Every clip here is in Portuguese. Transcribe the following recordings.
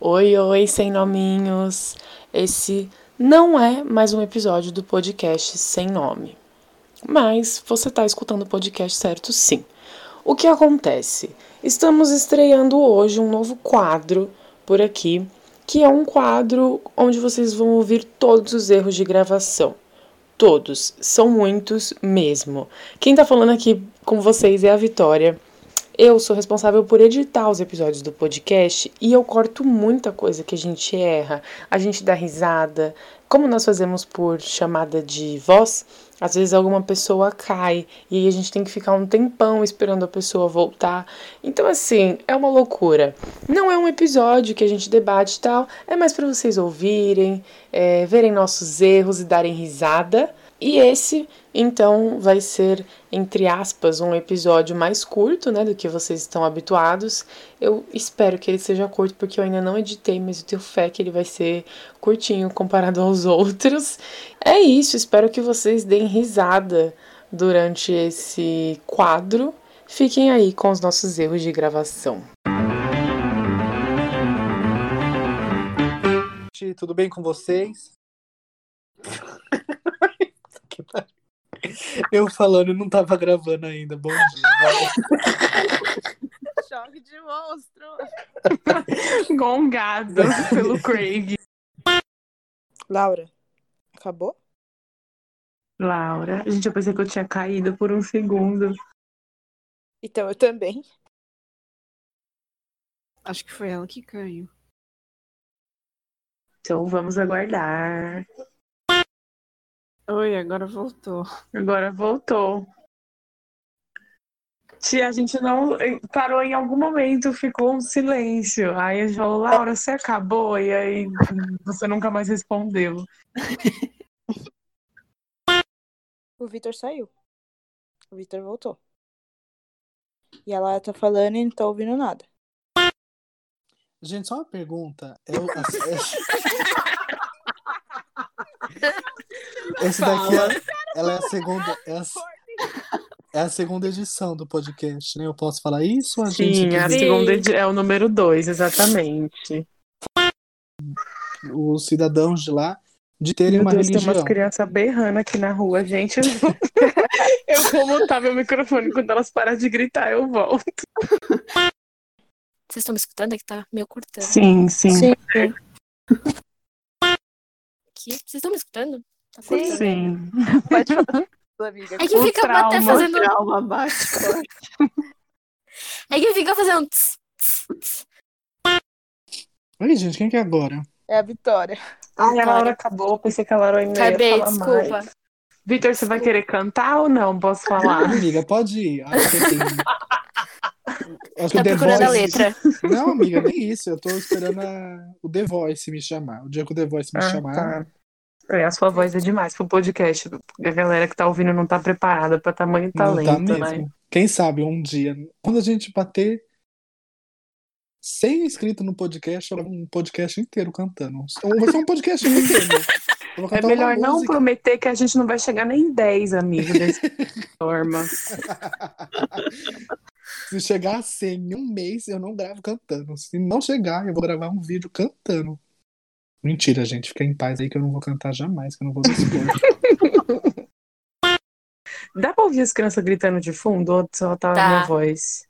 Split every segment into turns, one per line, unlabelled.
Oi, oi, sem nominhos. Esse não é mais um episódio do podcast sem nome. Mas você está escutando o podcast certo, sim. O que acontece? Estamos estreando hoje um novo quadro por aqui, que é um quadro onde vocês vão ouvir todos os erros de gravação. Todos, são muitos mesmo. Quem está falando aqui com vocês é a Vitória. Eu sou responsável por editar os episódios do podcast e eu corto muita coisa que a gente erra, a gente dá risada. Como nós fazemos por chamada de voz, às vezes alguma pessoa cai e aí a gente tem que ficar um tempão esperando a pessoa voltar. Então, assim, é uma loucura. Não é um episódio que a gente debate e tal, é mais para vocês ouvirem, é, verem nossos erros e darem risada. E esse, então, vai ser, entre aspas, um episódio mais curto, né, do que vocês estão habituados. Eu espero que ele seja curto, porque eu ainda não editei, mas eu tenho fé que ele vai ser curtinho comparado aos outros. É isso, espero que vocês deem risada durante esse quadro. Fiquem aí com os nossos erros de gravação.
gente, tudo bem com vocês? Que pariu. Eu falando, não tava gravando ainda. Bom dia.
Choque de monstro.
Gongado pelo Craig.
Laura, acabou?
Laura. Gente, eu pensei que eu tinha caído por um segundo.
Então eu também.
Acho que foi ela que caiu.
Então vamos aguardar.
Oi, agora voltou.
Agora voltou. Tia, a gente não eh, parou em algum momento, ficou um silêncio. Aí a gente falou, Laura, você acabou? E aí você nunca mais respondeu.
O Vitor saiu. O Vitor voltou. E ela tá falando e não tá ouvindo nada.
Gente, só uma pergunta. É o- é- Esse daqui é, ela é a segunda. É a, é a segunda edição do podcast, né? Eu posso falar isso? A gente
Sim, a
aqui-
Sim.
segunda edi- é o número 2, exatamente.
os cidadãos de lá de terem
Meu
é uma
Deus, tem umas
religião.
crianças berrando aqui na rua, gente. Eu vou- Eu vou montar meu microfone quando elas pararem de gritar, eu volto.
Vocês estão me escutando? É que tá meio cortando.
Sim, sim.
Aqui. Vocês estão me escutando? Tá
Sim.
cortando.
Sim.
Pode falar, amiga.
É que
O
fica
trauma,
até fazendo.
trauma bate forte.
É que fica fazendo. tss, tss, tss.
Ai, gente, quem que é agora?
É a Vitória.
Ai, a Laura acabou, pensei que a Laura ainda ia
Acabei,
falar
Tá desculpa.
É, mais. Vitor, você vai querer cantar ou não? Posso falar?
Amiga, pode ir. Acho que tem... Acho que
Tá
o The
procurando a
Voice-
letra.
Não, amiga, nem isso. Eu tô esperando a- o The Voice me chamar. O dia que o The Voice me chamar.
tá. É, a sua voz é demais pro podcast. A galera que tá ouvindo não tá preparada pra tamanho e
não tá
talento,
mesmo.
né?
Quem sabe um dia. Quando a gente bater 100 inscritos no podcast, eu vou um podcast inteiro cantando. Ou vai ser um podcast inteiro. Eu vou
É
cantar uma
melhor não
música.
prometer que a gente não vai chegar nem 10, amigo, dessa forma.
Se chegar a 100 em um mês, eu não gravo cantando. Se não chegar, eu vou gravar um vídeo cantando. Mentira, gente. Fica em paz aí que eu não vou cantar jamais, que eu não vou me expor.
Dá pra ouvir as crianças gritando de fundo ou só tá,
Tá.
a minha voz?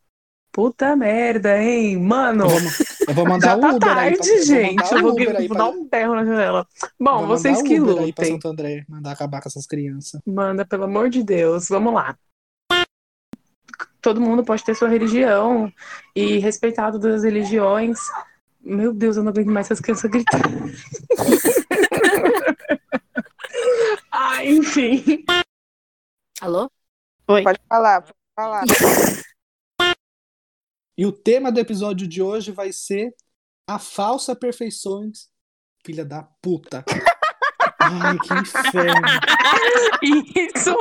Puta merda, hein? Mano,
Eu vou, eu vou mandar
já tá
o Uber aí.
tarde,
pra- eu vou
gente.
mandar
Eu
o
vou,
Uber aí
vou
pra-
dar um berro na janela. Bom,
vou
vocês
mandar o
que
Uber aí pra
lutem.
Santo André, mandar acabar com essas crianças.
Manda, pelo amor de Deus. Vamos lá. Todo mundo pode ter sua religião e respeitado das religiões. Meu Deus, eu não aguento mais essas crianças gritando. ah, enfim.
Alô?
Pode falar, pode falar.
E o tema do episódio de hoje vai ser a falsa perfeições, filha da puta. Ai, que inferno.
Isso,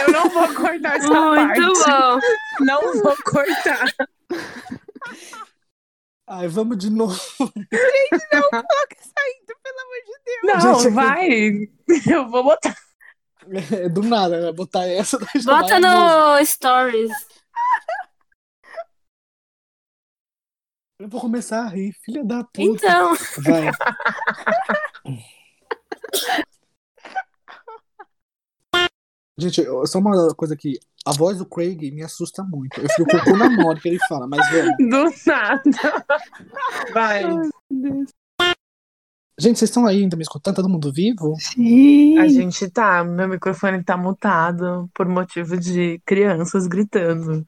eu não vou cortar essa parte.
bom.
Não vou cortar.
Ai, vamos de novo.
Não,
Gente,
vai. Eu vou botar.
É, Do nada, né? botar essa. daí já
Bota
vai
no Stories.
Eu vou começar a rir, filha da puta.
Então,
Vai. Gente, eu- só uma coisa aqui. A voz do Craig me assusta muito. Eu fico com o namoro que ele fala, mas velho.
Do nada. Vai.
Gente, vocês estão aí ainda me escutando? Todo mundo vivo?
A
Sim.
gente tá. Meu microfone tá mutado por motivo de crianças gritando.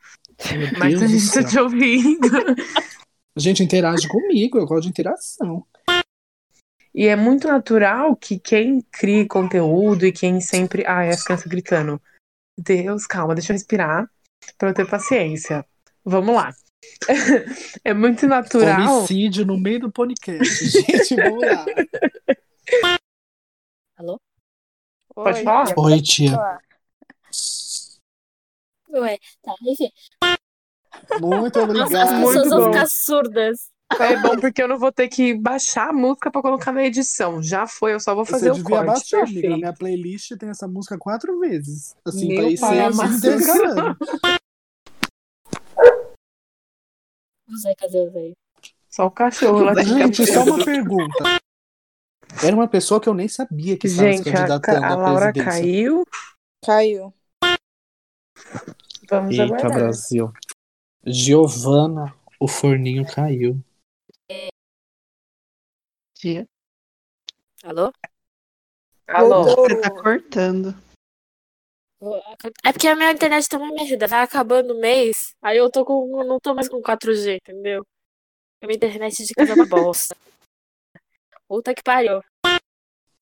Meu
Mas
Deus
a
do
gente tá
céu.
te ouvindo.
Gente, interage comigo. Eu gosto de interação.
E é muito natural que quem cria conteúdo e quem sempre. Ah, é as crianças gritando. Deus, calma, deixa eu respirar pra eu ter paciência. Vamos lá. É muito natural.
Homicídio no meio do podcast. Gente, vamos lá.
Pode
Oi.
falar?
Oi, tia.
ué, tá, enfim.
Muito
Nossa, as
obrigado.
pessoas
Muito
vão
bom.
ficar surdas.
É bom porque eu não vou ter que baixar a música pra colocar na edição. Já foi, eu só vou fazer
Você
o
devia
corte.
baixar, amiga. Na
Perfeito.
minha playlist tem essa música quatro vezes. Assim,
Meu
pra ir
pai
ser
amado.
intercalando.
O Zeca Zeus aí.
Só o cachorro lá que fica
Gente, só
preso.
uma pergunta. Era uma pessoa que eu nem sabia que estava se
Gente, a,
candidatando
a
à
Laura
presidência.
caiu.
Caiu.
Vamos
Eita,
aguardar.
Brasil. Giovana, o forninho caiu.
Tia,
Alô?
Alô,
Voltou.
Você tá cortando.
É porque a minha internet tá uma merda. Tá acabando o mês. Aí eu tô com. não tô mais com 4G, entendeu? A minha internet de casa é uma bosta. Puta que pariu.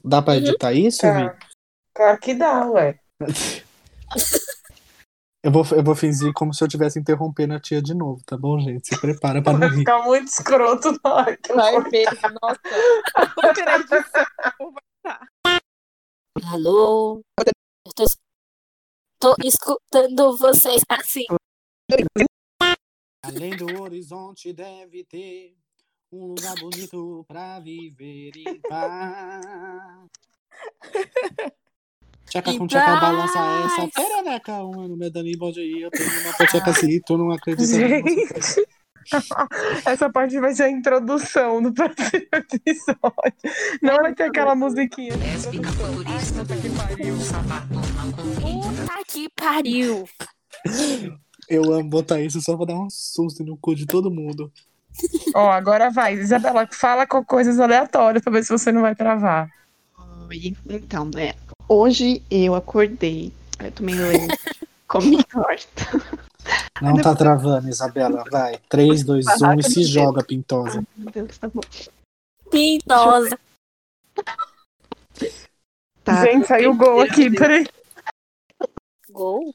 Dá pra editar isso,
Tá.
Vi?
claro que dá, ué.
Eu vou, eu vou fingir como se eu estivesse interrompendo a tia de novo, tá bom, gente? Se prepara pra não rir.
ficar muito escroto na hora que eu
Vai ver. Nossa.
Vou querer edição.
Alô? Eu tô, es- tô escutando vocês assim.
Além do horizonte deve ter um lugar bonito pra viver em paz. Tchaca com
Em
tchaca,
paz.
balança essa. Perereca, mano, meu Dani, bom dia. Eu tenho uma peteca assim, tu não acredita. no que você faz.
Gente, essa parte vai ser a introdução do próximo episódio. Não vai ter aquela musiquinha.
Puta que pariu.
Eu amo botar isso só pra dar um susto no cu de todo mundo.
Ó, agora vai. Isabela, fala com coisas aleatórias pra ver se você não vai travar.
Oi. Então, né? Hoje eu acordei. Eu tomei leite. Comi torta.
Não tá travando, Isabela. Vai. 3, 2, 1 e se joga, pintosa.
Meu Deus, tá bom.
Pintosa.
Tá.
Gente, saiu o gol aqui, peraí.
Gol?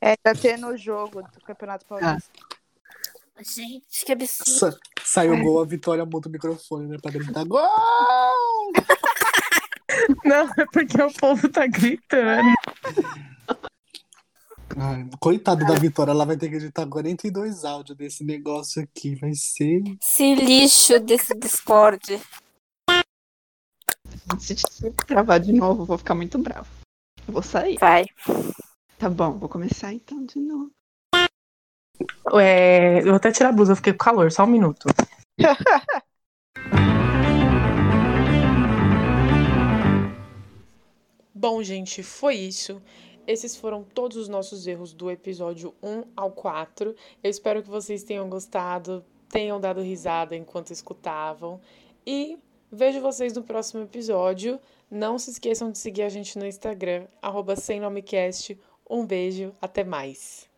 É, tá tendo o jogo do
Tá.
Campeonato Paulista.
Gente, que absurdo.
Sa saiu o gol, a vitória muda o microfone, né? Pra gritar gol.
Não, é porque o povo tá gritando.
Ai, coitado da Vitória, ela vai ter que editar 42 áudios desse negócio aqui. Vai ser.
Esse lixo desse Discord.
Se eu travar de novo, eu vou ficar muito bravo. Eu vou sair.
Vai.
Tá bom, vou começar então de novo.
É, eu vou até tirar a blusa, eu fiquei com calor, só um minuto.
Bom, gente, foi isso. Esses foram todos os nossos erros do episódio 1 ao 4. Eu espero que vocês tenham gostado, tenham dado risada enquanto escutavam. E vejo vocês no próximo episódio. Não se esqueçam de seguir a gente no Instagram, arroba sem nomecast. Um beijo, até mais.